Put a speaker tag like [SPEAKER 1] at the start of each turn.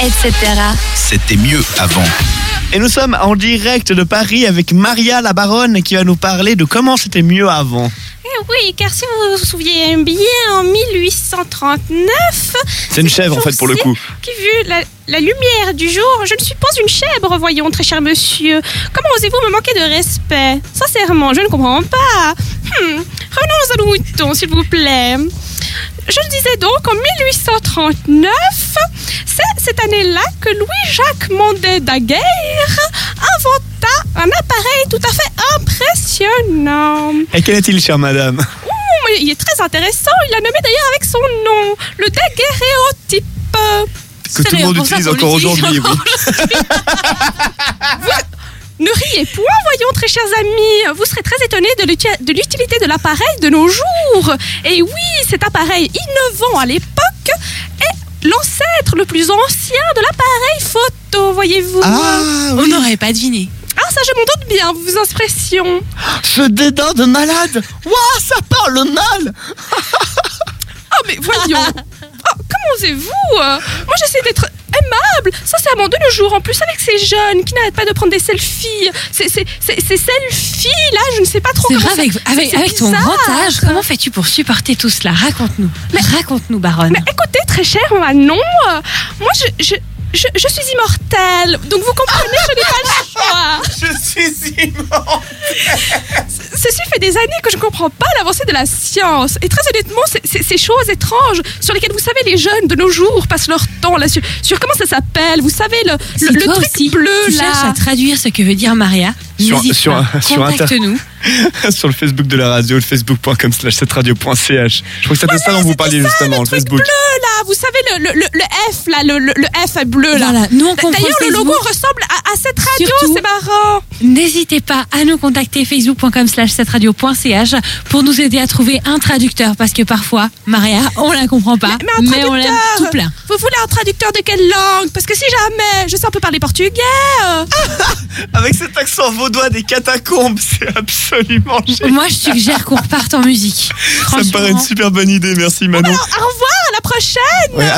[SPEAKER 1] etc.
[SPEAKER 2] C'était mieux avant.
[SPEAKER 3] Et nous sommes en direct de Paris avec Maria la baronne qui va nous parler de comment c'était mieux avant.
[SPEAKER 4] Eh oui, car si vous vous souvenez bien, en 1839,
[SPEAKER 3] C'est une chèvre en fait pour le coup.
[SPEAKER 4] qui vu la, la lumière du jour, je ne suis pas une chèvre, voyons, très cher monsieur. Comment osez-vous me manquer de respect Sincèrement, je ne comprends pas. Hmm, Revenons à nos moutons, s'il vous plaît. Je le disais donc, en 1839, c'est cette année-là que Louis-Jacques Mandé Daguerre inventa un appareil tout à fait impressionnant.
[SPEAKER 3] Et quel est-il, chère madame
[SPEAKER 4] Bon, mais il est très intéressant. Il l'a nommé d'ailleurs avec son nom, le daguerréotype.
[SPEAKER 3] Que tout le monde utilise encore aujourd'hui. oui.
[SPEAKER 4] Ne riez point, voyons, très chers amis. Vous serez très étonnés de l'uti- de l'utilité de l'appareil de nos jours. Et oui, cet appareil innovant à l'époque est l'ancêtre le plus ancien de l'appareil photo, voyez-vous.
[SPEAKER 3] Ah,
[SPEAKER 5] On n'aurait pas deviné.
[SPEAKER 4] Ah, ça, je m'en doute bien, vos expressions.
[SPEAKER 3] ce dédain de malade Ouah, ça parle mal
[SPEAKER 4] Ah, mais voyons Ah, Comment osez-vous euh Moi, j'essaie d'être aimable, sincèrement, de nos jours, en plus, avec ces jeunes qui n'arrêtent pas de prendre des selfies. Ces, ces, ces- ces selfies, là, je ne sais pas trop
[SPEAKER 5] C'est
[SPEAKER 4] comment
[SPEAKER 5] vrai,
[SPEAKER 4] ça-
[SPEAKER 5] avec, avec,
[SPEAKER 4] c'est
[SPEAKER 5] avec ton
[SPEAKER 4] bizarre.
[SPEAKER 5] grand âge, comment fais-tu pour supporter tout cela Raconte-nous. Raconte-nous, baronne.
[SPEAKER 4] Mais écoutez, très cher Manon, euh, moi, je... je... Je, je suis immortelle, donc vous comprenez, je n'ai pas le choix.
[SPEAKER 3] Je suis immense
[SPEAKER 4] Ceci fait des années que je ne comprends pas l'avancée de la science. Et très honnêtement, c'est- c'est- ces choses étranges sur lesquelles, vous savez, les jeunes de nos jours passent leur temps là sur, sur comment ça s'appelle, vous savez, le,
[SPEAKER 5] Si
[SPEAKER 4] le, le
[SPEAKER 5] toi
[SPEAKER 4] truc
[SPEAKER 5] aussi,
[SPEAKER 4] bleu
[SPEAKER 5] tu cherches à
[SPEAKER 4] là.
[SPEAKER 5] traduire ce que veut dire Maria,
[SPEAKER 3] Sur-
[SPEAKER 5] n'hésite
[SPEAKER 3] sur-
[SPEAKER 5] pas.
[SPEAKER 3] sur Inter-
[SPEAKER 5] Contacte-nous.
[SPEAKER 3] Sur le Facebook de la radio, le facebook.com slash radio.ch. Je crois que c'était ça dont vous parliez justement, le Facebook.
[SPEAKER 4] bleu là, vous savez le, le- le- le F là, le, le- le F bleu là.
[SPEAKER 5] Voilà, nous on comprend
[SPEAKER 4] D'ailleurs, le
[SPEAKER 5] Facebook.
[SPEAKER 4] logo ressemble à, à cette radio,
[SPEAKER 5] Surtout-
[SPEAKER 4] c'est marrant.
[SPEAKER 5] N'hésitez pas à nous contacter facebook.com slash setradio.ch pour nous aider à trouver un traducteur parce que parfois, Maria, on la comprend pas,
[SPEAKER 4] Mais un
[SPEAKER 5] Hein mais,
[SPEAKER 4] traducteur,
[SPEAKER 5] on l'aime tout plein.
[SPEAKER 4] Vous voulez un traducteur de quelle langue Parce que si jamais, je sais, on peut parler portugais. euh.
[SPEAKER 5] Ah,
[SPEAKER 3] Avec cet accent vaudois des catacombes, c'est absolument génial.
[SPEAKER 5] Moi, je suggère qu'on reparte en musique.
[SPEAKER 3] Ça me paraît une
[SPEAKER 5] Franchement.
[SPEAKER 3] super bonne idée, merci Manon.
[SPEAKER 4] Au revoir, à la prochaine.
[SPEAKER 3] Ouais,